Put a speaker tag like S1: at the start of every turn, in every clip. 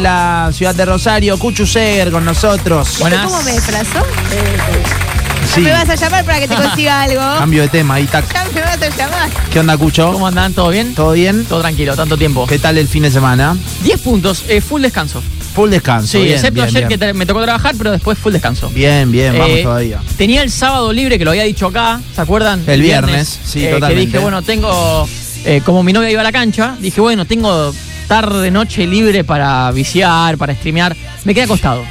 S1: La ciudad de Rosario, Cuchu Seger con nosotros.
S2: ¿Viste
S3: Buenas.
S2: ¿Cómo me desplazó?
S1: Sí,
S2: Me vas a llamar para que te consiga algo.
S1: cambio de tema ahí, tac.
S2: Ya me vas a llamar.
S1: ¿Qué onda, Cucho?
S3: ¿Cómo andan? ¿Todo bien?
S1: ¿Todo bien?
S3: Todo tranquilo, tanto tiempo.
S1: ¿Qué tal el fin de semana?
S3: 10 puntos, eh, full descanso.
S1: Full descanso.
S3: Sí,
S1: bien,
S3: excepto
S1: bien, bien.
S3: ayer que te- me tocó trabajar, pero después full descanso.
S1: Bien, bien, vamos
S3: Eh,
S1: todavía.
S3: Tenía el sábado libre, que lo había dicho acá, ¿se acuerdan?
S1: El viernes, sí,
S3: eh,
S1: totalmente.
S3: Que dije, bueno, tengo, eh, como mi novia iba a la cancha, dije, bueno, tengo tarde, noche libre para viciar, para streamear. Me quedé acostado.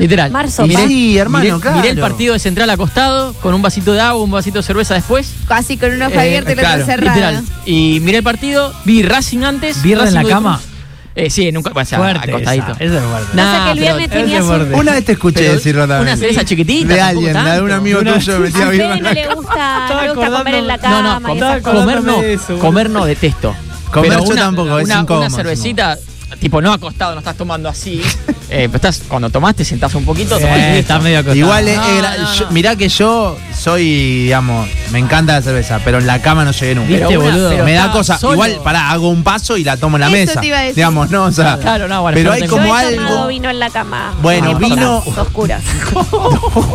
S3: Literal.
S4: Marzo,
S3: Y miré-
S1: Sí, hermano,
S3: miré-
S1: claro.
S3: Miré el partido de Central acostado, con un vasito de agua, un vasito de cerveza después.
S2: Así con un ojo
S3: Eh,
S2: abierto y el
S1: claro,
S2: otro cerrado.
S3: Literal. Y miré el partido, vi Racing antes.
S5: ¿Birra en
S3: Racing
S5: la
S3: lo vi
S5: cama?
S3: con- Eh, sí, nunca. O sea,
S5: Fuerte
S3: acostadito.
S5: esa, eso es fuerte.
S3: Nah,
S4: Pasa que el
S3: pero-
S4: viernes
S5: Ese
S4: tenía
S5: es
S4: su...
S5: borde.
S1: Una vez te escuché
S3: pero
S1: decirlo también.
S3: Una cerveza chiquitita.
S1: De
S3: tampoco
S1: alguien, de
S3: tanto.
S1: algún amigo
S5: Una-
S1: tuyo
S4: A
S1: metía bien.
S4: Fede no le gusta, no
S5: Estaba
S4: le gusta comer en la
S5: acordando-
S3: No, no,
S4: cama.
S3: com-
S4: y esas
S5: estaba
S4: cosas.
S3: comer no.
S5: de eso, boludo.
S3: Comer no detesto.
S1: Comer
S3: Pero
S1: yo tampoco, es
S3: una,
S1: incómodo,
S3: una cervecita, tipo, no acostado, no estás tomando así. eh, pero estás, cuando tomás, te sentás un poquito, tomás y
S5: Eh,
S3: listo.
S5: está medio acostado.
S1: Igual, es-
S3: No,
S1: es gra-
S3: no,
S1: yo-
S3: no.
S1: mirá que yo soy, digamos, me encanta la cerveza, pero en la cama no llegué nunca.
S3: Pero
S5: Viste,
S3: una-
S5: boludo.
S3: pero
S1: me da
S3: estaba
S1: cosa.
S3: solo.
S1: Igual, pará, hago un paso y la tomo en la
S2: Eso
S1: mesa.
S2: te iba a decir.
S1: Digamos, no, o sea.
S3: Claro, no, bueno,
S1: pero
S3: yo
S1: hay
S3: no
S4: Yo he
S1: como
S4: tomado
S1: algo.
S4: vino en la cama.
S1: Bueno,
S4: En
S1: vino-
S4: épocas Oscuras.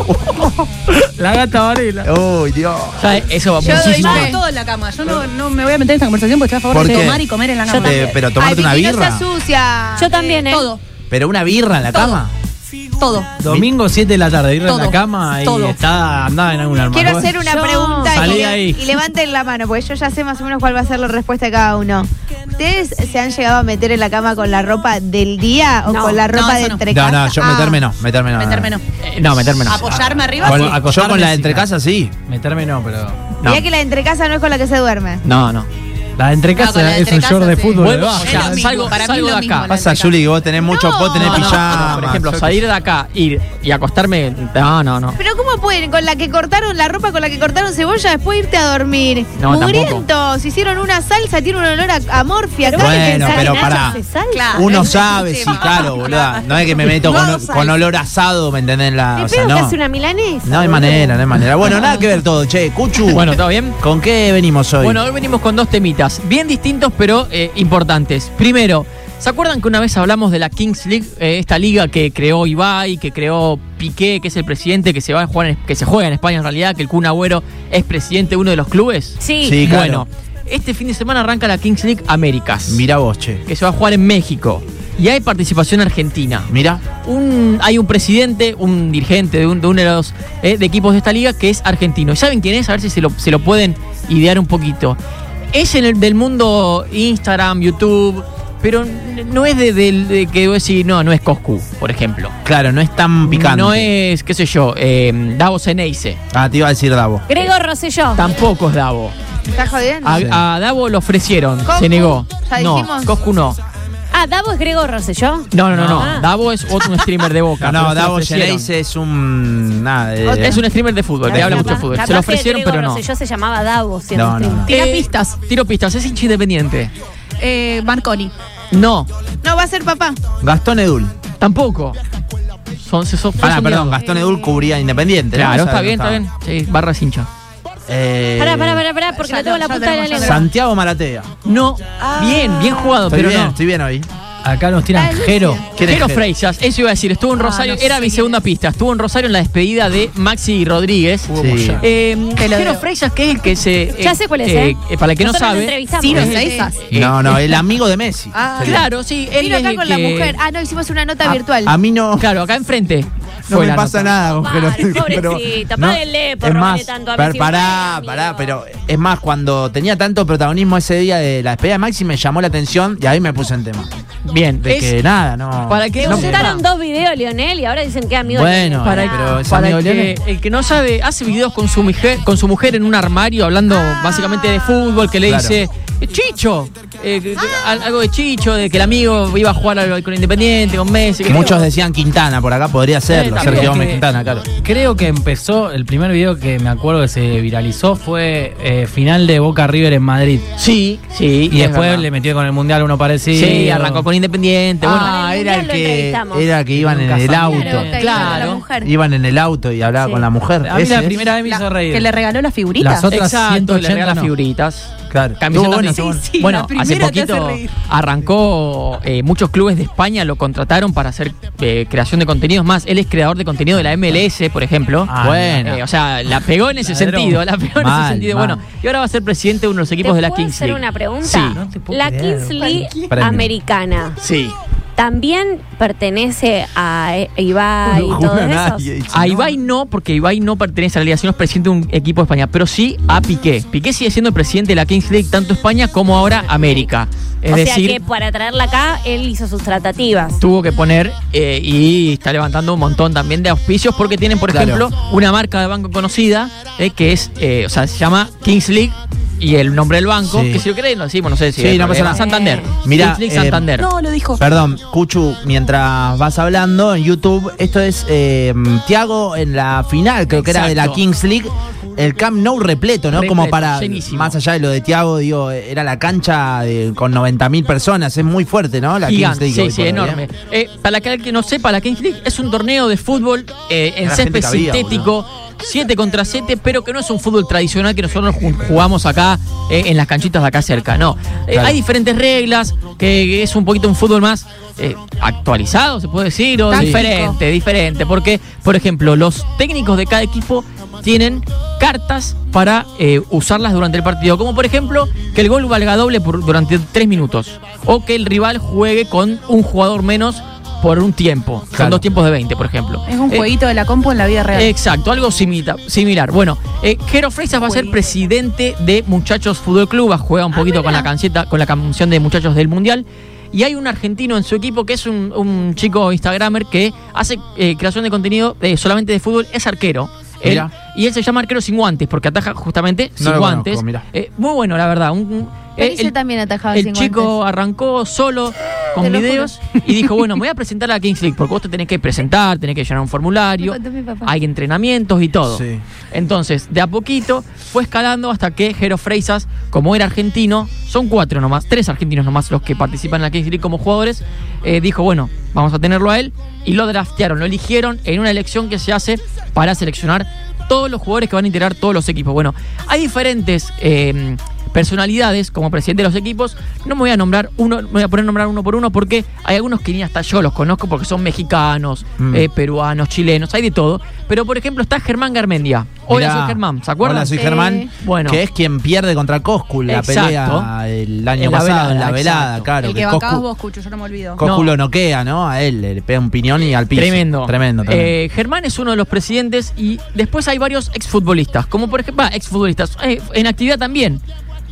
S5: La gata varela.
S1: Uy, Dios.
S3: Ya, eso va
S6: Yo
S3: por
S6: doy
S3: sí.
S1: Muchísimo.
S6: yo todo en la cama. Yo no, no me voy a meter en esta conversación porque estoy a
S1: ¿Por
S6: favor de
S1: qué?
S6: tomar y comer en la
S4: Yo
S6: cama.
S4: también.
S1: Eh, pero tomarte
S2: Ay,
S1: una
S2: Vicky, no
S1: birra.
S2: seas sucia.
S4: Yo también, ¿eh?
S6: Todo,
S1: Pero una birra en la cama.
S6: todo.
S5: Domingo 7 de la tarde, ir en
S6: Todo.
S5: la cama y
S6: Todo.
S5: está andada en algún armario.
S2: Quiero hacer una
S4: Yo-
S2: pregunta
S5: Salí
S2: y,
S5: de ahí.
S2: y levanten la mano, porque yo ya sé más o menos cuál va a ser la respuesta de cada uno. ¿Ustedes se han llegado a meter en la cama con la ropa del día o
S4: No,
S2: con la
S6: no,
S2: ropa
S6: eso
S2: de
S6: no.
S2: entrecasa?
S1: No, no, yo
S2: Ah.
S1: meterme no, meterme no. no, no.
S6: Meterme no.
S3: Eh, no, meterme no.
S6: Apoyarme arriba.
S1: Con-
S5: sí.
S1: yo con
S5: Acostarme
S1: la
S5: sí,
S1: de entrecasa sí.
S5: Meterme no, pero.
S3: No.
S2: Mirá que la de entrecasa no es con la que se duerme.
S3: No, no.
S5: La de
S6: No, con
S5: entrecasa
S6: la de
S5: es un
S6: entrecasa,
S5: short de
S6: sí.
S5: fútbol. Ah, de
S3: Vuelvo,
S5: baja.
S3: o sea,
S6: Es lo mismo,
S3: salgo,
S6: para mí
S3: salgo
S6: es
S3: de
S6: lo
S3: acá.
S6: mismo.
S1: Pasa, Juli, que vos tenés mucho, vos tenés
S3: No, no,
S1: pijama.
S3: Por ejemplo,
S1: yo-
S3: salir de acá ir y acostarme. No, no, no.
S2: Pero ¿cómo pueden? Con la que cortaron la ropa, con la que cortaron cebolla, después irte a dormir.
S3: No,
S2: Mugrientos, hicieron una salsa, tiene un olor a, a morfia.
S4: Pero
S2: ¿Cómo
S1: bueno,
S2: que pensás
S1: pero
S2: en
S1: pará.
S2: algo?
S4: Se salta.
S6: Claro.
S1: Uno
S6: ese es
S1: sabe,
S6: el
S1: sí,
S6: tema.
S1: claro, boluda. No es que me meto con, con olor asado, ¿me entendés? La,
S3: Ah,
S4: ¿Te
S1: o sea,
S4: pego que
S1: no.
S4: hace una milanesa?
S1: No hay
S4: boludo?
S1: manera, no hay manera. Bueno, nada que ver todo, che. Cuchu.
S3: Bueno, ¿todo bien?
S1: ¿Con qué venimos hoy?
S3: Bueno, hoy venimos con dos temitas, bien distintos pero eh, importantes. Primero, ¿se acuerdan que una vez hablamos de la Kings League, eh, esta liga que creó Ibai, que creó Piqué, que es el presidente, que se va a jugar, en- que se juega en España en realidad, que el Kun Agüero es presidente de uno de los clubes?
S4: Sí.
S1: Sí, claro.
S3: Bueno, este fin de semana arranca la Kings League Américas,
S1: Mirá vos, che.
S3: que se va a jugar en México y hay participación argentina
S1: Mirá.
S3: un, hay un presidente, un dirigente de, un- de uno de los eh, de equipos de esta liga que es argentino. ¿Y saben quién es? A ver si se lo, se lo pueden idear un poquito. Es en el, del mundo Instagram, YouTube, pero n- no es de, del- de que vos decís, no, no es Coscu, por ejemplo.
S1: Claro, no es tan picante.
S3: No es, qué sé yo, eh, Davos Eneise.
S1: Ah, te iba a decir Davo.
S4: Gregor Rosselló.
S3: Tampoco es Davo.
S2: ¿Me ¿Estás jodiendo?
S3: A,
S1: Sí.
S3: a Davo lo ofrecieron,
S2: Coscu,
S3: se negó.
S2: ya
S3: no,
S2: dijimos.
S3: Coscu no.
S4: Ah, Davo es Gregor Rosselló.
S3: No, no, no, no.
S4: Ah.
S3: Davo es otro un streamer de boca.
S1: No, no,
S3: pero se lo
S1: Davo
S3: ofrecieron.
S1: Geneis es un. Nada, de-
S3: Es un streamer de fútbol, que
S1: Eh, Capaz-
S3: habla mucho de fútbol. Se lo ofrecieron, pero no.
S4: Yo se llamaba Davo. siendo
S1: No, no,
S4: streamer.
S1: no.
S6: Tira
S3: Eh,
S6: pistas.
S3: Tiro pistas, es hincha independiente.
S6: Eh, Marconi.
S3: No,
S2: No, va a ser papá.
S1: Gastón Edul.
S3: tampoco. Son, se- son-
S1: Pará,
S3: son
S1: perdón,
S3: miedo.
S1: Gastón Edul cubría Independiente. ¿no?
S3: Claro,
S1: O sea,
S3: está
S1: no
S3: bien, está bien. Sí, barra es hincha.
S1: Eh,
S4: Pará, pará, pará, pará, porque
S6: Ya
S4: no tengo
S6: lo-
S4: la
S6: ya
S4: punta de la
S6: tenemos, ya
S4: lengua.
S1: Santiago Maratea.
S3: No, bien, bien jugado,
S1: Estoy
S3: pero
S1: bien,
S3: no.
S1: estoy bien hoy.
S5: Acá nos tiran Jero.
S1: ¿Quién es
S3: Jero
S1: Jero?
S3: Freisas, eso iba a decir, estuvo en
S6: Ah,
S3: Rosario,
S6: no
S3: era
S6: sé
S3: mi
S6: quién
S3: segunda
S6: es.
S3: pista, estuvo en Rosario en la despedida de Maxi Rodríguez.
S1: Hubo moya.
S3: Eh,
S6: Te lo
S3: Jero
S6: debo.
S3: Freisas, que es el que se... eh,
S4: Ya sé cuál es, ¿eh?
S3: Para el que no
S4: Nosotros lo
S3: sabe...
S4: entrevistamos.
S6: Sí,
S4: Eh,
S6: los seisas.
S3: eh,
S1: No, no, el amigo de Messi.
S6: Ah.
S1: Sería.
S3: Claro, sí. él
S2: Vino
S3: es
S2: acá
S3: el
S2: con la
S3: que- ah,
S2: mujer. Ah, no, hicimos una nota virtual.
S1: A mí no.
S3: Claro, acá enfrente.
S1: No
S3: fue
S1: me
S3: la
S1: pasa
S3: nota.
S1: nada con Jero.
S4: Ay, pobrecito, páguenle por
S1: es
S4: robarle
S1: más,
S4: tanto a
S1: per-
S4: Messi,
S1: Pará,
S4: amigo.
S1: pará, pero es más, cuando tenía tanto protagonismo ese día de la despedida de Maxi, me llamó la atención y ahí me puse en tema.
S3: Bien,
S1: De
S3: es-
S1: que nada, no.
S3: para que
S4: Te
S3: no
S4: gustaron
S3: sepa.
S4: dos videos, Lionel, y ahora dicen que es amigo. de
S1: Bueno,
S4: Lionel.
S1: para,
S3: Para,
S1: pero es
S3: para
S1: amigo
S3: que,
S1: Leonel.
S3: el que no sabe, hace videos con su mujer, con su mujer en un armario hablando básicamente de fútbol, que le
S1: Claro.
S3: dice, "Eh, Chicho, eh, que- al- algo de Chicho, de que el amigo iba a jugar al- con Independiente, con Messi. que-
S1: Muchos decían Quintana, por acá podría serlo,
S3: Eh, también
S1: Sergio
S3: que-
S1: Gómez Quintana, claro.
S5: Creo que empezó, el primer video que me acuerdo que se viralizó fue eh, final de Boca River en Madrid.
S3: Sí, sí.
S5: Y
S3: es
S5: después
S3: verdad.
S5: le metió con el mundial uno parecido.
S3: Sí, arrancó con Independiente.
S1: Ah,
S4: el
S1: era el
S4: Mundial lo
S1: que
S4: entrevistamos.
S1: era el que iban en
S5: Nunca
S1: el
S5: sabía.
S1: auto.
S3: Claro, claro. Eh,
S1: Iban en el auto y hablaba
S4: Sí.
S1: con la mujer.
S5: A mí
S1: Ese
S5: la
S1: es.
S5: primera vez me hizo
S6: La-
S5: reír.
S6: que le regaló la figurita.
S5: Las otras
S3: Exacto, le
S5: 180
S3: regala
S5: no.
S3: figuritas.
S1: Claro.
S3: Camiseta
S1: Estuvo bueno,
S3: triste.
S1: estuvo bueno.
S6: Sí,
S3: Bueno,
S6: la primera
S3: hace
S6: te hace
S3: poquito
S6: reír.
S3: arrancó, eh, muchos clubes de España lo contrataron para hacer eh, creación de contenidos más. Él es creador de contenido de la MLS, por ejemplo.
S5: Ah,
S1: bueno.
S3: Eh, o sea, la pegó en ese
S5: Ladrón.
S3: sentido, la pegó en ese
S1: Mal,
S3: sentido.
S1: mal.
S3: Bueno, y ahora va a ser presidente de uno de los equipos
S4: ¿Te
S3: de la
S4: puedo
S3: Kings
S4: hacer
S3: League.
S4: una pregunta?
S3: Sí.
S5: No te puedo
S4: la
S5: creer.
S4: Kings League
S1: Premio.
S4: americana
S3: Sí.
S4: también pertenece a eh, Ibai y
S1: No
S4: todos
S1: juro a
S4: esos.
S1: nadie.
S3: A Ibai no, porque Ibai no pertenece a la Liga, sino es presidente de un equipo de España, pero sí a Piqué. Piqué sigue siendo el presidente de la Kings League, tanto España como ahora América. Es
S4: o sea
S3: decir,
S4: que para traerla acá, él hizo sus tratativas.
S3: tuvo que poner eh, y está levantando un montón también de auspicios porque tienen, por
S1: Claro.
S3: ejemplo, una marca de banco conocida eh, que es, eh, o sea, se llama Kings League y el nombre del banco,
S1: Sí.
S3: que si lo querés lo decimos, no sé si
S1: Sí,
S3: es
S1: no pasa nada.
S3: Santander.
S1: Mirá,
S3: Kings League
S1: eh,
S3: Santander.
S6: No, lo dijo.
S1: Perdón, Cuchu, mientras vas hablando en YouTube, esto es eh, Tiago en la final, creo que era de la
S3: Exacto.
S1: Kings League. El Camp Nou repleto, ¿no? Como
S3: Repleto,
S1: para,
S3: llenísimo.
S1: más allá de lo de Tiago, digo, era la cancha de- con 90.000 personas, es muy fuerte, ¿no? La
S3: Gigante,
S1: Kings League.
S3: sí, sí,
S1: hoy por hoy,
S3: enorme.
S1: ¿eh?
S3: Eh, para aquel que no sepa, la Kings League es un torneo de fútbol eh, en
S1: Era
S3: césped
S1: gente que había,
S3: sintético, 7 contra 7, pero que no es un fútbol tradicional que nosotros ju- jugamos acá eh, en las canchitas de acá cerca, no. Eh,
S1: Claro.
S3: Hay diferentes reglas, que es un poquito un fútbol más eh, actualizado, se puede decir, o
S6: Táctico.
S3: diferente, diferente, porque, por ejemplo, los técnicos de cada equipo tienen cartas para eh, usarlas durante el partido, como por ejemplo que el gol valga doble por- durante tres minutos, o que el rival juegue con un jugador menos por un tiempo, son
S1: Claro.
S3: dos tiempos de 20, por ejemplo.
S6: Es un
S3: Eh,
S6: jueguito de la compu en la vida real.
S3: Exacto, algo simita- similar. Bueno, eh, Jero Freisas va a ser presidente de Muchachos Fútbol Club, va a jugar un
S2: Ah,
S3: poquito con la canceta, con la canción de Muchachos del Mundial. Y hay un argentino en su equipo que es un, un chico Instagramer que hace eh, creación de contenido eh, solamente de fútbol, es arquero. Él-
S1: Mirá.
S3: y él se llama arquero sin guantes porque ataja justamente
S1: No
S3: sin
S1: lo
S3: guantes.
S1: conozco, mirá.
S3: Eh, muy bueno, la verdad. un- un- eh,
S2: Pero
S3: el-
S2: yo también atajaba
S3: el
S2: sin
S3: chico
S2: guantes.
S3: arrancó solo con
S2: Te lo
S3: videos y dijo, bueno, me voy a presentar a la Kings League, porque vos te tenés que presentar, tenés que llenar un formulario,
S2: Me contó mi papá.
S3: hay entrenamientos y todo.
S1: Sí.
S3: Entonces, de a poquito fue escalando hasta que Jero Freisas, como era argentino, son cuatro nomás, tres argentinos nomás los que participan en la Kings League como jugadores, eh, dijo, bueno, vamos a tenerlo a él, y lo draftearon, lo eligieron en una elección que se hace para seleccionar todos los jugadores que van a integrar todos los equipos. Bueno, hay diferentes... eh, personalidades como presidente de los equipos. No me voy a nombrar uno, me voy a poner a nombrar uno por uno porque hay algunos que ni hasta yo los conozco porque son mexicanos,
S1: Mm.
S3: eh, peruanos, chilenos, hay de todo. Pero por ejemplo está Germán Garmendia. Hola,
S1: Mirá.
S3: soy Germán, ¿se acuerdan? Eh,
S1: Hola, soy
S2: Sí.
S1: Germán.
S3: Bueno.
S1: Que es quien pierde contra Coscul la
S3: Exacto.
S1: pelea el año
S3: En la
S1: pasado, en la
S3: velada,
S1: velada,
S3: exacto.
S1: claro.
S6: el
S1: que
S6: que bancabas
S1: Coscu-
S6: vos, Cucho, yo no me olvido.
S1: Coscu
S3: No.
S1: lo noquea, ¿no? A él, le pega un piñón y al piso.
S3: Tremendo.
S1: Tremendo, tremendo.
S3: Eh, Germán es uno de los presidentes y después hay varios exfutbolistas, como por ejemplo, va, exfutbolistas, eh, en actividad también.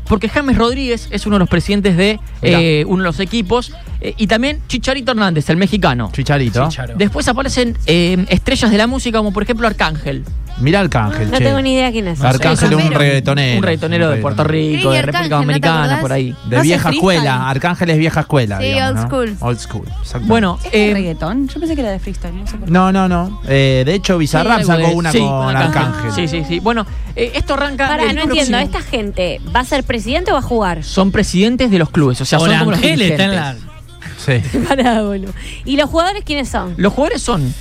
S3: Porque James Rodríguez es uno de los presidentes de
S1: Mirá.
S3: eh, uno de los equipos. eh, y también Chicharito Hernández, el mexicano.
S1: Chicharito.
S5: Chicharo.
S3: Después aparecen eh, estrellas de la música, como por ejemplo Arcángel.
S1: Mirá Arcángel,
S4: No
S1: che.
S4: tengo ni idea quién es.
S1: Arcángel, un
S6: Camero.
S1: reggaetonero.
S3: un reggaetonero de Puerto
S2: Sí,
S3: Rico, de
S2: Arcángel,
S3: República
S2: ¿no te
S3: Dominicana,
S2: acordás?
S3: por ahí.
S1: De
S6: No hace
S1: vieja
S6: freestyle.
S1: escuela. Arcángel es vieja escuela.
S2: Sí,
S1: digamos,
S2: old
S1: ¿no?
S2: school.
S1: Old school, exactamente.
S3: Bueno,
S6: ¿Es
S3: eh,
S6: de reggaetón? Yo pensé que era de freestyle, no sé por qué.
S1: No, no, no. Eh, de hecho, Bizarrap
S3: algo
S1: sacó
S3: de-
S1: una
S3: sí,
S1: con Arcángel.
S3: Sí, sí, sí. Bueno, eh, esto arranca.
S4: Pará,
S3: el
S4: no entiendo.
S3: próximo-
S4: ¿Esta gente va a ser presidente o va a jugar?
S3: Son presidentes de los clubes, o sea, son
S5: Hola,
S3: como los
S5: Ángel está en la.
S3: dirigentes.
S1: Sí.
S4: Pará, boludo. ¿Y los jugadores quiénes son?
S3: Los jugadores son.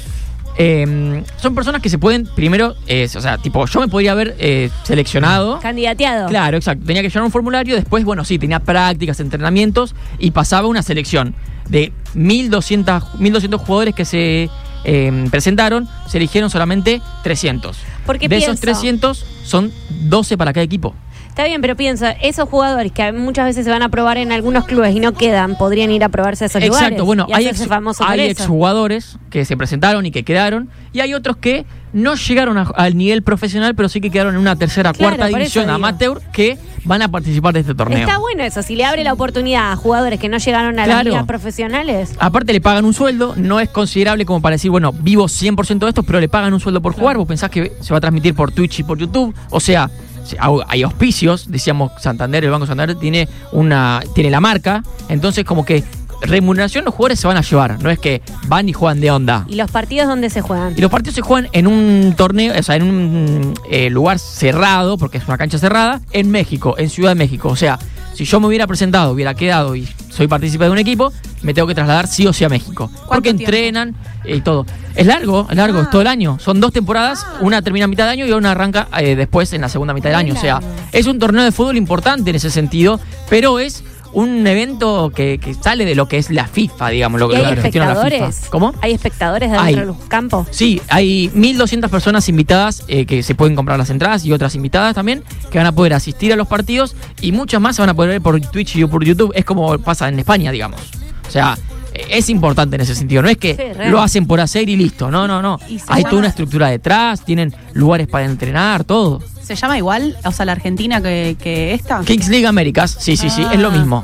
S3: eh, son personas que se pueden, primero, eh, o sea, tipo, yo me podría haber eh, seleccionado.
S4: Candidateados.
S3: Claro, exacto. Tenía que llenar un formulario, después, bueno, sí, tenía prácticas, entrenamientos y pasaba una selección de 1.200, 1200 jugadores que se eh, presentaron, se eligieron solamente 300.
S4: Porque
S3: de esos
S4: pienso-
S3: 300 son 12 para cada equipo.
S4: Está bien, pero pienso, esos jugadores que muchas veces se van a probar en algunos clubes y no quedan, podrían ir a probarse a esos lugares.
S3: Exacto, bueno,
S4: y
S3: hay,
S4: hacerse
S3: ex-
S4: famoso
S3: hay
S4: por eso.
S3: exjugadores que se presentaron y que quedaron, y hay otros que no llegaron a- al nivel profesional, pero sí que quedaron en una tercera,
S4: Claro,
S3: cuarta
S4: por eso
S3: división
S4: digo.
S3: amateur que van a participar de este torneo.
S4: Está bueno eso, si le abre la oportunidad a jugadores que no llegaron a las
S3: Claro.
S4: ligas profesionales.
S3: Aparte le pagan un sueldo, no es considerable como para decir, bueno, vivo 100% de esto, pero le pagan un sueldo por jugar. Vos pensás que se va a transmitir por Twitch y por YouTube. O sea, se- au- hay auspicios, decíamos Santander, el Banco Santander tiene una tiene la marca, entonces como que remuneración los jugadores se van a llevar, no es que van y juegan de onda.
S4: ¿Y los partidos dónde se juegan?
S3: Y los partidos se juegan en un torneo, o sea, en un eh, lugar cerrado, porque es una cancha cerrada, en México, en Ciudad de México. O sea, Si yo me hubiera presentado, hubiera quedado y soy partícipe de un equipo, me tengo que trasladar sí o sí a México. Porque
S6: tiempo?
S3: entrenan eh, y todo. Es largo, es largo,
S6: Ah.
S3: es todo el año. Son dos temporadas,
S4: Ah.
S3: una termina a mitad de año y una arranca eh, después en la segunda mitad del año. O sea, es un torneo de fútbol importante en ese sentido, pero es un evento que, que sale de lo que es la FIFA, digamos, lo
S4: ¿Y
S3: que
S4: hay
S3: lo que gestiona la FIFA.
S4: espectadores?
S3: ¿Cómo?
S4: ¿Hay espectadores adentro
S3: Hay.
S4: de los campos?
S3: Sí, hay 1.200 personas invitadas eh, que se pueden comprar las entradas y otras invitadas también que van a poder asistir a los partidos y muchas más se van a poder ver por Twitch y por YouTube. Es como pasa en España, digamos. O sea, eh, es importante en ese sentido. No es que
S4: Sí, re.
S3: lo hacen por hacer y listo. No, no, no.
S6: Y se
S3: Hay
S6: llama-
S3: toda una estructura detrás, tienen lugares para entrenar, todo.
S6: ¿Se llama igual? O sea, la Argentina que, que esta.
S3: Kings League Américas, sí, sí, sí, es lo
S6: Ah.
S3: mismo.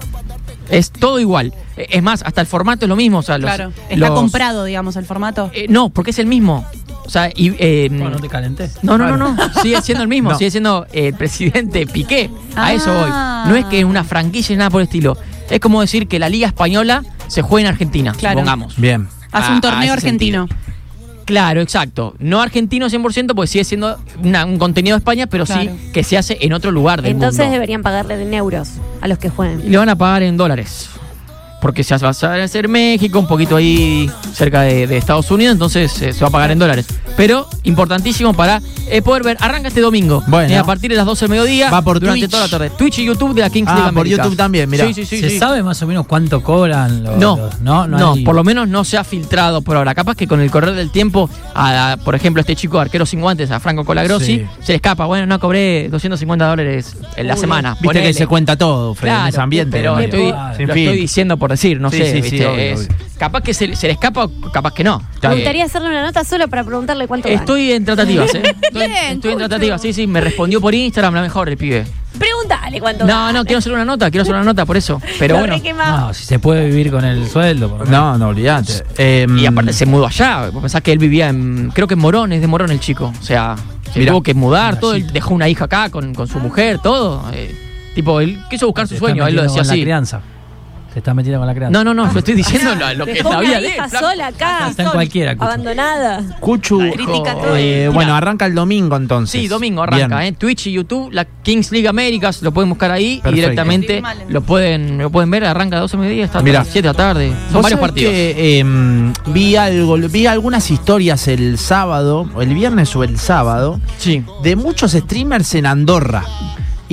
S3: Es todo igual. Eh, Es más, hasta el formato es lo mismo. O sea, los-
S6: Claro. Está
S3: los-
S6: comprado, digamos, el formato.
S3: Eh, no, porque es el mismo. O sea, y, eh,
S5: Bueno, no te calentes.
S3: No, no, no, no. Sigue siendo el mismo,
S1: No.
S3: sigue siendo eh, el presidente Piqué. A eso voy.
S6: Ah.
S3: No es que es una franquicia ni nada por el estilo. Es como decir que la Liga Española se juega en Argentina,
S6: Claro.
S3: supongamos.
S1: Bien.
S6: Hace
S3: a- a
S6: un torneo
S3: ese
S6: argentino.
S3: Claro, exacto. No argentino 100%, porque sigue siendo una- un contenido de España, pero
S6: Claro.
S3: sí que se hace en otro lugar del
S4: Entonces
S3: mundo.
S4: deberían pagarle en euros a los que
S3: Y
S4: jueguen.
S3: le van a pagar en dólares. Porque se va a hacer México, un poquito ahí cerca de, de Estados Unidos, entonces eh, se va a pagar en dólares. Pero importantísimo para eh, poder ver. Arranca este domingo.
S1: Bueno.
S3: Eh, a partir de las 12 del mediodía.
S1: Va por
S3: durante
S1: Twitch.
S3: toda la tarde. Twitch y YouTube de la Kings
S1: Ah,
S3: League
S1: por
S3: Américas.
S1: YouTube también, mirá.
S3: Sí, sí, sí.
S5: ¿Se
S3: sí.
S5: sabe más o menos cuánto cobran los.?
S3: No,
S5: los-
S3: no, no,
S5: hay-
S3: por lo menos no se ha filtrado por ahora. Capaz que con el correr del tiempo, a, a, por ejemplo, este chico de arquero sin guantes, a Franco Colagrossi,
S5: Sí.
S3: se le escapa. Bueno, no cobré 250 dólares en la semana.
S1: Viste
S3: Ponele.
S1: que se cuenta todo, Fred, en
S3: Claro,
S1: ese ambiente.
S3: Pero
S1: Mario.
S3: estoy,
S5: Sin
S3: lo
S1: fin.
S3: estoy diciendo por decir, no
S1: Sí,
S3: sé.
S1: sí, sí,
S3: viste,
S1: obvio,
S3: es-
S1: obvio.
S3: Capaz que se, se le escapa o capaz que no.
S1: Claro.
S4: Me
S3: Eh,
S4: gustaría hacerle una nota solo para preguntarle cuánto gana.
S3: Estoy en tratativas, ¿eh? Estoy,
S2: Bien,
S3: estoy en
S2: Cucho.
S3: tratativas, sí, sí. Me respondió por Instagram, la mejor, el pibe.
S4: Pregúntale cuánto
S3: No,
S4: gana.
S3: no, quiero hacer una nota, quiero hacer una nota, por eso. Pero
S4: Lo
S3: bueno.
S4: requemado.
S5: No, si se puede vivir con el sueldo. por lo menos.
S1: No, no, olvidate. Eh,
S3: Y aparte se mudó allá. Vos pensás que él vivía en. Creo que en Morón, es de Morón el chico. O sea, se
S1: Mirá.
S3: tuvo que mudar, todo. él
S5: Gallito.
S3: dejó una hija acá con, con su mujer, todo. eh, tipo, él quiso buscar
S5: Te
S3: su
S5: está
S3: sueño, él lo
S5: metiendo
S3: decía
S5: con la
S3: así.
S5: crianza. Te estás metiendo con la crianza.
S3: No, no, no, yo estoy diciendo lo, lo que es
S4: Dejó
S3: la
S4: una
S3: vida de él,
S4: hija
S3: eh, flaco.
S4: sola acá.
S5: Está en cualquiera, Cucho.
S4: Abandonada.
S1: Cuchu,
S3: Crítica
S1: eh,
S3: todo.
S1: bueno,
S3: Mirá.
S1: arranca el domingo entonces.
S3: Sí, domingo arranca,
S1: Bien.
S3: ¿eh? Twitch y YouTube, la Kings League Américas, lo pueden buscar ahí
S1: Perfecto.
S3: y directamente
S6: Estoy mal en-
S3: lo pueden, lo pueden ver, arranca a 12 de mediodía, está
S1: Mirá.
S3: a 7 de la tarde.
S1: Vos
S3: Son varios
S1: sabés
S3: partidos.
S1: que, em, vi, algo, vi algunas historias el sábado, o el viernes o el sábado,
S3: Sí.
S1: de muchos streamers en Andorra.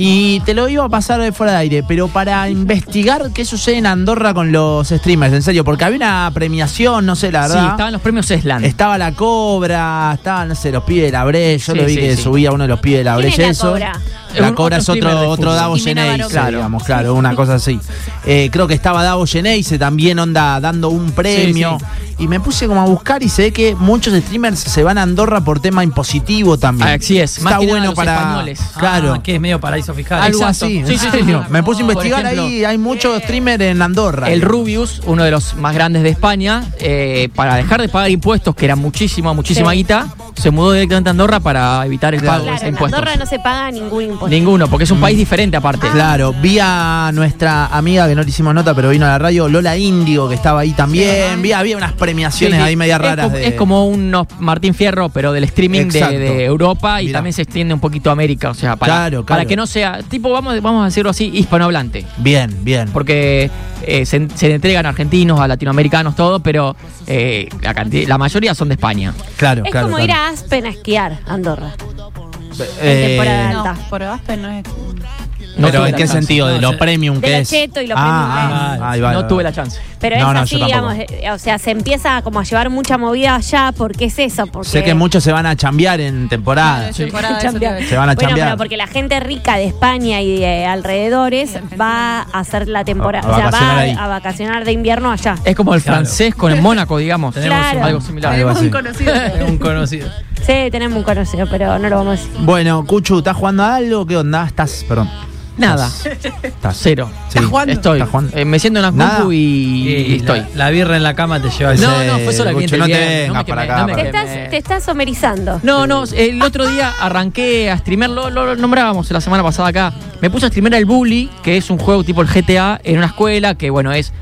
S1: Y te lo iba a pasar de fuera de aire, pero para investigar qué sucede en Andorra con los streamers, en serio, porque había una premiación, no sé, la
S3: Sí,
S1: verdad.
S3: estaban los premios Esland.
S1: Estaba la cobra, estaban, no sé, los pibes de la Bre, yo
S3: Sí,
S1: lo vi
S3: sí,
S1: que
S3: sí.
S1: subía uno de los pibes de la
S4: ¿Quién
S1: Bre,
S4: es la
S1: eso.
S4: Cobra?
S3: Es
S1: La
S3: un-
S1: cobra es
S3: otro
S1: otro,
S3: streamer de
S1: otro
S3: fútbol.
S1: Davo
S6: Jimena
S1: Geneise,
S6: Barone.
S1: digamos, claro, una cosa así. Eh, creo que estaba Davo Geneise también, onda, dando un premio. Y me puse como a buscar y se ve que muchos streamers se van a Andorra por tema impositivo también.
S3: Así es, más
S1: está
S3: que nada
S1: bueno
S3: los
S1: para.
S3: españoles.
S5: Ah,
S1: Claro.
S5: que es medio paraíso fiscal.
S1: Algo
S3: Exacto.
S1: así.
S3: Sí,
S1: en
S3: sí, sí,
S1: serio.
S3: sí.
S1: Me puse a
S3: Por
S1: investigar
S3: ejemplo,
S1: ahí, hay muchos streamers en Andorra.
S3: El Rubius, uno de los más grandes de España, eh, para dejar de pagar impuestos, que era muchísima, muchísima
S4: Sí.
S3: guita, se mudó directamente a Andorra para evitar el pago de
S4: Claro,
S3: esos
S4: en
S3: impuestos.
S4: Andorra no se paga ningún impuesto.
S3: Ninguno, porque es un país diferente aparte.
S1: Mm. Claro, vi a nuestra amiga que no le hicimos nota, pero vino a la radio, Lola Índigo, que estaba ahí también. Vi, había unas premiaciones
S3: Sí, sí.
S1: ahí media
S3: es
S1: raras.
S3: como,
S1: de-
S3: es como unos Martín Fierro, pero del streaming de,
S1: Exacto.
S3: de Europa y
S1: Mirá.
S3: también se extiende un poquito a América. O sea, para,
S1: Claro,
S3: para
S1: claro.
S3: que no sea, tipo, vamos, vamos a decirlo así, hispanohablante.
S1: Bien, bien.
S3: Porque eh, se, en- se entregan argentinos, a latinoamericanos, todo, pero eh, la, canti- la mayoría son de España.
S1: Claro,
S4: Es
S1: claro.
S4: como
S1: claro.
S4: ir a Aspen a esquiar, Andorra.
S1: Eh,
S4: temporada.
S6: No,
S4: Alta.
S6: por Aspen no es.
S3: No
S1: pero
S3: tuve
S1: ¿en
S3: la
S1: qué
S3: chance.
S1: sentido? ¿De lo premium
S4: De
S1: que
S4: lo
S1: es?
S4: cheto y lo
S1: ah,
S5: premium que
S1: ah,
S5: es.
S1: ahí va, ahí
S3: No
S1: va.
S3: tuve la chance.
S4: Pero
S1: No,
S4: es
S1: no,
S4: así,
S1: yo tampoco.
S4: digamos, eh, o sea, se empieza como a llevar mucha movida allá porque es eso. Porque
S1: Sé que muchos se van a chambear en temporada.
S6: es temporada, eso te iba a decir.
S1: Se van a
S4: Bueno,
S1: chambear.
S4: pero porque la gente rica de España y de alrededores va a hacer la temporada,
S1: A- a
S4: o sea,
S1: vacacionar
S4: va
S1: ahí.
S4: a, a vacacionar de invierno allá.
S3: Es como el
S5: Claro.
S3: francés con el Mónaco, digamos.
S5: Tenemos
S4: Claro.
S3: algo similar.
S1: Algo así.
S5: un conocido.
S4: Sí, tenemos un conocido, pero no lo vamos a decir.
S1: Bueno, Cuchu, ¿estás jugando a algo? ¿Qué onda? ¿Estás? Perdón.
S3: Nada.
S1: ¿Estás?
S3: Cero.
S1: Sí. ¿Estás jugando?
S3: Estoy.
S1: ¿Estás jugando?
S3: Eh, me siento en la
S1: Nada.
S3: compu y, y
S5: Y la-
S3: estoy.
S5: La, birra en la cama te lleva al
S3: No,
S5: sexo.
S3: no, fue solo el
S1: Gucho,
S3: ambiente
S1: no te
S3: bien,
S1: vengas
S3: no me
S1: para
S3: quemé,
S1: acá,
S3: no me
S1: para
S4: Te
S1: acá.
S3: quemé.
S4: estás, te estás somerizando.
S3: No, no, el otro día arranqué a streamear, lo, lo- lo nombrábamos la semana pasada acá. Me puse a streamear el Bully, que es un juego tipo el GTA en una escuela, que bueno, es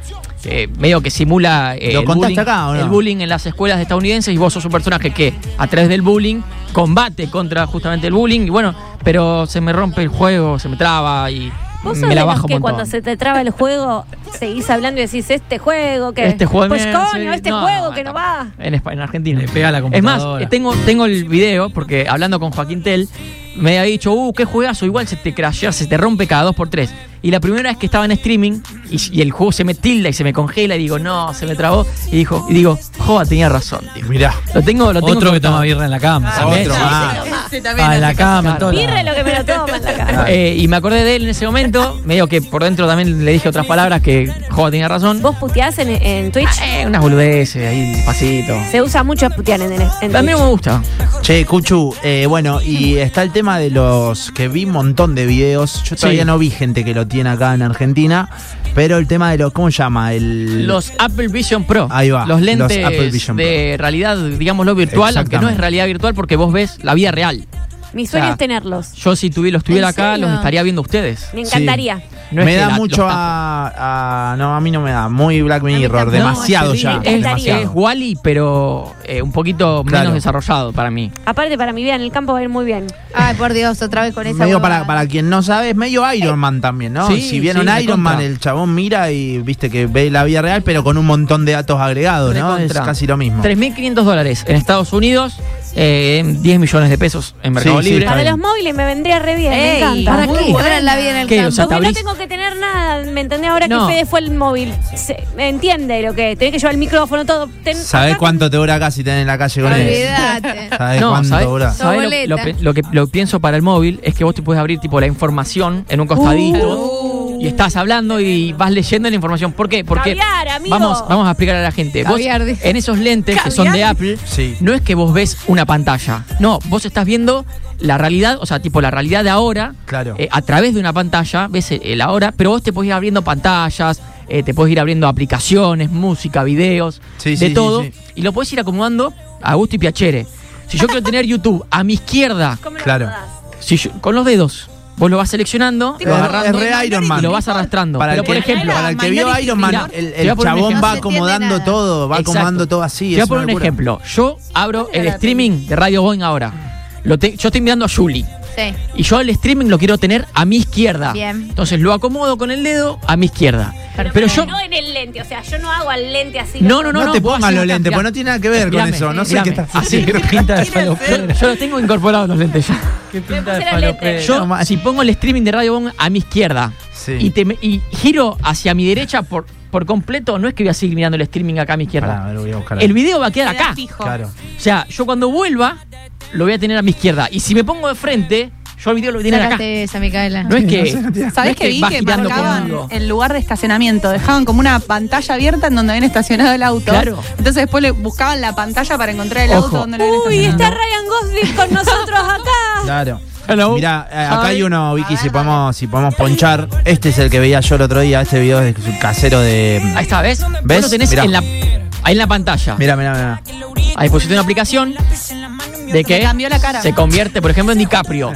S3: eh, medio que simula eh,
S1: ¿Lo
S3: el,
S1: contaste
S3: bullying,
S1: acá o no?
S3: el bullying en las escuelas estadounidenses y vos sos un personaje que a través del bullying combate contra justamente el bullying y bueno, pero se me rompe el juego, se me traba y
S4: Vos
S3: me
S4: sos
S3: la
S4: de los
S3: bajo un
S4: que
S3: montón.
S4: cuando se te traba el juego, seguís hablando y decís, este juego que.
S3: Este juego
S4: Pues
S3: no,
S4: coño,
S3: sí,
S4: este
S3: no,
S4: juego que no va.
S3: En, Espa- en Argentina.
S5: Le pega a la
S3: Es más,
S5: computadora.
S3: eh, tengo, tengo el video, porque hablando con Joaquín Tell, me había dicho, uh, qué juegazo, igual se te crashea, se te rompe cada 2x3. Y la primera vez que estaba en streaming y, y el juego se me tilda y se me congela y digo, no, se me trabó. Y dijo, y digo, joa, tenía razón, tío.
S1: Mirá.
S3: Lo tengo, lo tengo.
S5: Otro que
S3: cortado.
S5: toma birra en la cama.
S1: Ah,
S5: ¿sabés?
S1: otro más.
S6: Ese Este también
S5: Ah, en la
S6: hace-
S5: cama,
S3: Claro.
S5: todo.
S4: Birra es lo que me lo toma en la cara.
S3: Eh, y me acordé de él en ese momento, medio que por dentro también le dije otras palabras que joa tenía razón.
S4: ¿Vos puteás en, en Twitch?
S3: Ah, eh, unas boludeces ahí, pasito.
S4: Se usa mucho putear en, en Twitch.
S3: A mí no me gusta.
S1: Che, Cuchu, eh, bueno, y está el tema de los que vi un montón de videos. Yo todavía no vi gente que lo tiene acá en Argentina, pero el tema de los, ¿cómo se llama? El,
S3: Los Apple Vision Pro.
S1: Ahí va,
S3: Los lentes
S1: los Apple Vision
S3: de realidad, digámoslo, virtual, aunque no
S1: Exactamente.
S3: es realidad virtual porque vos ves la vida real.
S4: Mi sueño
S3: O sea,
S4: es tenerlos.
S3: Yo si tuvi- los tuviera
S6: ¿En
S3: acá,
S6: serio?
S3: los estaría viendo ustedes.
S4: Me encantaría.
S3: No es
S1: me
S3: que
S1: da
S3: la-
S1: mucho
S3: los tapo.
S1: a, a- No, a mí no me da. Muy Black Mirror,
S6: tampoco.
S1: demasiado
S5: No, es
S1: ya.
S3: terrible.
S4: Es-
S1: demasiado.
S3: Es Wally, pero eh, un poquito
S1: Claro.
S3: menos desarrollado para mí.
S4: Aparte, para mi vida en el campo va a ir muy bien.
S2: Ay, por Dios, otra vez con esa.
S1: medio
S2: huevada.
S1: para, para quien no sabe, es medio Iron Man también, ¿no?
S3: Sí,
S1: si vieron
S3: sí,
S1: Iron
S3: recontra.
S1: Man, el chabón mira y viste que ve la vida real, pero con un montón de datos agregados, ¿no?
S3: Recontra.
S1: Es casi lo mismo.
S3: 3.500 dólares en Estados Unidos, eh, 10 millones de pesos en Mercado
S1: Sí, sí,
S3: Libre.
S1: está
S4: Para
S1: bien.
S4: los móviles me vendría re bien.
S6: Ey,
S4: me encanta.
S3: ¿para qué?
S2: Ahora la vida en el
S3: ¿Qué? O
S2: campo.
S3: sea,
S4: Porque
S3: te
S4: no
S3: abrís-
S4: tengo que tener nada, ¿me entendés? Ahora
S3: No.
S4: que Fede fue el móvil, se, me entiende lo que es. Tenés que llevar el micrófono, todo. Ten-
S1: ¿Sabés
S4: acá-
S1: cuánto te dura acá si tenés en la calle con él?
S2: Olvídate.
S1: ¿Sabés
S3: No,
S1: cuánto
S3: ¿sabés?
S1: dura?
S3: ¿sabés lo- lo,
S2: Boleta.
S3: pe- lo que lo que pienso para el móvil es que vos te puedes abrir tipo la información en un costadito y estás hablando y vas leyendo la información. ¿Por qué? Porque
S4: Caviar, amigo.
S3: vamos vamos a explicar a la gente. Vos,
S2: Caviar, dice.
S3: en esos lentes que son de Apple,
S1: Sí.
S3: no es que vos ves una pantalla. No, vos estás viendo la realidad, o sea, tipo la realidad de ahora
S1: Claro.
S3: eh, a través de una pantalla, ves eh, el- el ahora, pero vos te podés ir abriendo pantallas, eh, te podés ir abriendo aplicaciones, música, videos,
S1: Sí,
S3: de
S1: sí, sí,
S3: todo
S1: sí.
S3: y lo podés ir acomodando a gusto y piacere. Si yo quiero tener YouTube a mi izquierda,
S4: ¿Cómo lo
S1: Claro.
S4: acomodás?
S3: si yo- con los dedos, vos lo vas seleccionando,
S1: Es,
S3: lo agarrando
S1: es re Iron Man.
S3: y lo vas arrastrando.
S1: Para
S3: Pero
S1: el
S3: por
S1: que-
S3: ejemplo,
S1: para el que vio
S6: Minority
S1: Iron Man,
S3: Report.
S1: el, el
S3: Te voy a poner un
S1: chabón va
S3: ejemplo.
S2: No se entiende
S1: acomodando
S2: nada.
S1: todo, va
S3: Exacto.
S1: acomodando todo así.
S3: Te voy
S1: es
S3: a poner
S1: una
S3: un
S1: locura.
S3: ejemplo. Yo abro el
S6: la
S3: streaming de Radio Boeing ahora. Lo te- yo estoy mirando a Julie.
S2: Sí.
S3: Y yo el streaming lo quiero tener a mi izquierda.
S2: Bien.
S3: Entonces lo acomodo con el dedo a mi izquierda. Pero, yo.
S4: No en el lente, o sea, yo no hago al lente así.
S3: No, no, no.
S1: No te
S3: vos
S1: pongas
S3: así
S1: los
S3: no
S1: lentes,
S3: cambiás.
S1: porque no tiene nada que ver con
S3: Mirame,
S1: eso. No sé qué
S3: mirame.
S1: estás
S3: Así.
S5: ¿Qué pinta de falopero?
S3: Yo los tengo incorporados los lentes ya.
S5: ¿Qué pinta
S4: puse
S5: de
S4: la
S5: falopero?
S4: letra.
S3: Yo,
S1: no, ma-
S3: si pongo el streaming de Radio Bong a mi izquierda
S1: Sí.
S3: y, te me- y giro hacia mi derecha por, por completo, no es que voy a seguir mirando el streaming acá a
S1: Pará, a
S3: mi izquierda.
S1: ver, voy a buscar
S3: el
S1: algo.
S3: video va a quedar
S6: Queda
S3: acá.
S6: fijo.
S1: Claro.
S3: O sea, yo cuando vuelva, lo voy a tener a mi izquierda. Y si me pongo de frente, yo el video lo voy a tener acá.
S2: Sácate esa, Micaela.
S3: No es que. no
S6: ¿Sabés
S3: es
S6: que vi
S3: va
S6: que
S3: girando
S6: marcaban
S3: conmigo.
S6: el lugar de estacionamiento? Dejaban como una pantalla abierta en donde habían estacionado el auto.
S3: Claro.
S6: Entonces después le buscaban la pantalla para encontrar el
S3: Ojo.
S6: auto donde lo habían
S4: Uy, está
S6: estacionado.
S4: Ryan Gosling con nosotros acá.
S1: Claro.
S3: Ah. Hello.
S1: Mirá, eh, acá
S3: Hi.
S1: hay uno, Vicky, si podemos, si podemos ponchar. Este es el que veía yo el otro día. Este video es el casero de.
S3: Ahí está, ¿ves? Vos
S1: ¿Ves?
S3: lo tenés
S1: Mirá.
S3: en la, ahí en la pantalla.
S1: Mira, mira, mira.
S3: Ahí pusiste una aplicación de que
S6: Me cambió la cara.
S3: se convierte, por ejemplo, en DiCaprio.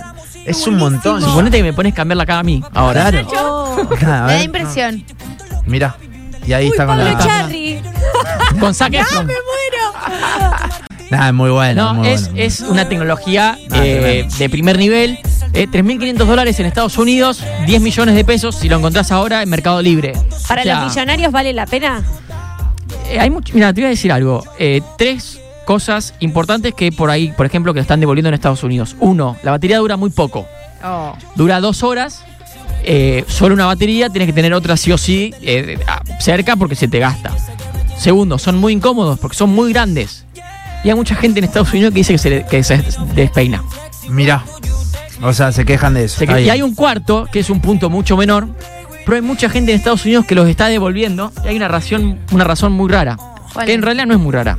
S1: Es un montón.
S3: Suponete que me pones cambiar la cara a mí ahora.
S1: Claro.
S4: Oh.
S1: Nada, a
S2: Me da
S1: ver.
S2: impresión.
S1: Mira. Y ahí está con
S4: Pablo
S1: la.
S4: Charri.
S3: Con Zac Efron.
S1: Nada, es muy bueno.
S3: No,
S1: muy
S3: es,
S1: bueno.
S3: es una tecnología
S1: Ah,
S3: eh,
S1: tremendo.
S3: de primer nivel. Eh, 3.500 dólares en Estados Unidos, 10 millones de pesos si lo encontrás ahora en Mercado Libre.
S4: Para
S3: O sea,
S4: los millonarios vale la pena.
S3: eh, hay mucho- Mira, te voy a decir algo. Eh, tres cosas importantes que por ahí, por ejemplo, que están devolviendo en Estados Unidos. Uno, la batería dura muy poco.
S2: Oh.
S3: Dura dos horas. eh, solo una batería, tienes que tener otra sí o sí eh, a- cerca porque se te gasta. Segundo, son muy incómodos porque son muy grandes. Y hay mucha gente en Estados Unidos que dice que se, le- que se despeina.
S1: Mirá. O sea, se quejan de eso.
S3: Se
S1: Está
S3: que- y
S1: bien.
S3: hay un cuarto, que es un punto mucho menor, pero hay mucha gente en Estados Unidos que los está devolviendo y hay una razón, una razón muy rara,
S2: ¿Cuál
S3: que en
S2: es?
S3: realidad no es muy rara.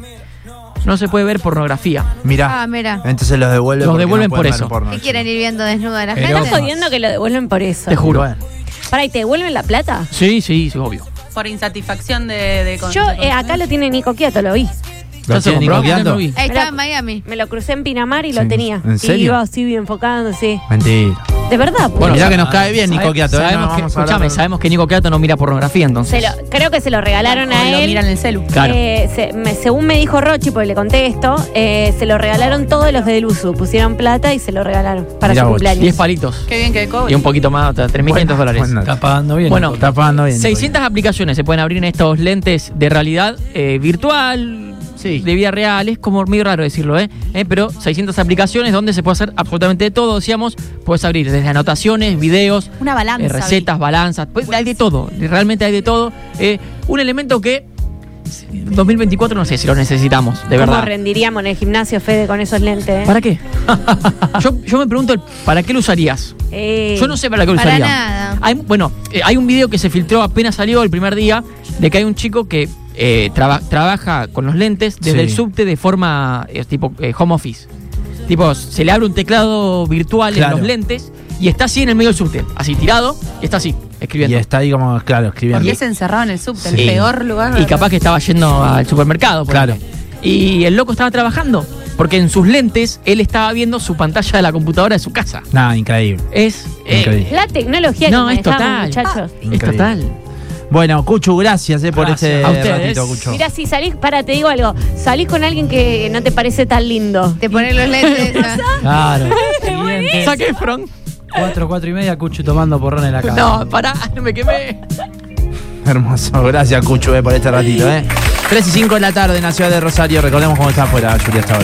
S3: No se puede ver pornografía.
S1: Mirá.
S2: Ah, mira.
S1: Entonces los devuelven.
S3: Los
S1: porque
S3: devuelven
S1: pueden
S3: por
S1: ver
S3: eso.
S1: porno,
S2: ¿Qué
S1: sí.
S2: quieren ir viendo desnuda a la
S1: Pero-
S2: gente?
S4: Estás jodiendo que lo devuelven por eso.
S3: Te juro.
S1: Bueno.
S4: Para, ¿y te devuelven la plata?
S3: Sí, sí, sí, obvio.
S6: Por insatisfacción de... de con-
S4: Yo,
S6: de
S4: eh, acá
S6: consumir.
S4: lo tiene Nico Quieto, lo vi.
S1: ¿Lo
S3: ¿Ya se
S1: tiene
S3: compró?
S1: nicoteando?
S3: No lo vi.
S2: Ahí está en Miami.
S4: Me lo crucé en Pinamar y
S1: Sí.
S4: lo tenía.
S1: ¿En serio?
S4: Y iba así enfocando, sí.
S1: Mentira.
S4: De verdad, pues.
S1: Mirá
S3: sa-
S1: que nos cae bien, Nico
S3: sabe-
S1: Quiato, eh,
S3: Sabemos
S1: no
S3: que,
S1: vamos a hablar
S3: escuchame,
S1: de-
S3: sabemos que Nico Quiato no mira pornografía,
S4: Se
S3: entonces.
S4: lo- creo que se lo regalaron
S6: O
S4: a
S6: lo
S4: él.
S6: miran en el celu.
S3: Claro.
S4: Eh, se- me- según me dijo Rochi, porque le conté esto, eh, se lo regalaron todos los de Delusu. Pusieron plata y se lo regalaron para
S1: Mirá
S4: su
S1: vos,
S3: 10
S4: cumpleaños.
S3: palitos.
S6: Qué bien que
S3: Y
S6: cobre.
S3: un poquito más, otra, 3.500 dólares.
S1: Buena. Está
S3: Está- está
S1: pagando bien.
S3: Bueno,
S1: está pagando bien.
S3: 600 aplicaciones se pueden abrir en estos lentes de realidad eh, virtual,
S1: Sí.
S3: de vida real, es como muy raro decirlo, ¿eh? Eh, Pero 600 aplicaciones donde se puede hacer absolutamente de todo, decíamos, puedes abrir desde anotaciones, videos,
S6: Una balanza.
S3: eh, recetas, balanzas, pues, hay de todo, realmente hay de todo. Eh, un elemento que eh, 2024 no sé si lo necesitamos, de
S4: ¿Cómo
S3: verdad.
S4: rendiríamos en el gimnasio, Fede, con esos lentes? eh?
S3: ¿Para qué? yo, yo me pregunto, el- ¿para qué lo usarías?
S4: Eh,
S3: Yo no sé para qué lo
S2: Para
S3: usaría.
S2: nada.
S3: Hay- bueno, eh, hay un video que se filtró apenas salió el primer día de que hay un chico que eh, traba- trabaja con los lentes desde
S1: Sí.
S3: el subte de forma eh, tipo eh, home office. Tipo, se le abre un teclado virtual
S1: Claro.
S3: en los lentes y está así en el medio del subte, así tirado y está así,
S1: Y
S3: escribiendo.
S1: está ahí como, claro, escribiendo.
S6: Y es encerrado en el subte,
S1: Sí.
S6: el peor lugar.
S3: Y capaz que estaba yendo al supermercado. ponele.
S1: Claro.
S3: Y el loco estaba trabajando porque en sus lentes él estaba viendo su pantalla de la computadora de su casa.
S1: Nada, increíble.
S3: Es.
S1: Increíble.
S4: La tecnología
S3: no,
S4: que
S3: es total.
S4: manejamos, muchachos.
S3: Es
S1: Increíble.
S3: total.
S1: Bueno, Cuchu, gracias eh, por
S3: Gracias.
S1: este
S3: A ustedes.
S1: ratito,
S3: Ah.
S1: Cuchu.
S4: Mira, si salís, para, te digo algo, salís con alguien que no te parece tan lindo.
S2: Te pones los lentes. ah.
S3: Claro.
S4: Siguiente.
S3: Saque Efron.
S7: 4, 4 y media, Cuchu tomando porrón en la cara.
S3: No, pará, no me quemé.
S1: Hermoso, gracias Cuchu eh, por este ratito. Eh. 3 y 5 de la tarde en la ciudad de Rosario. Recordemos cómo está afuera, Julia, hasta ahora.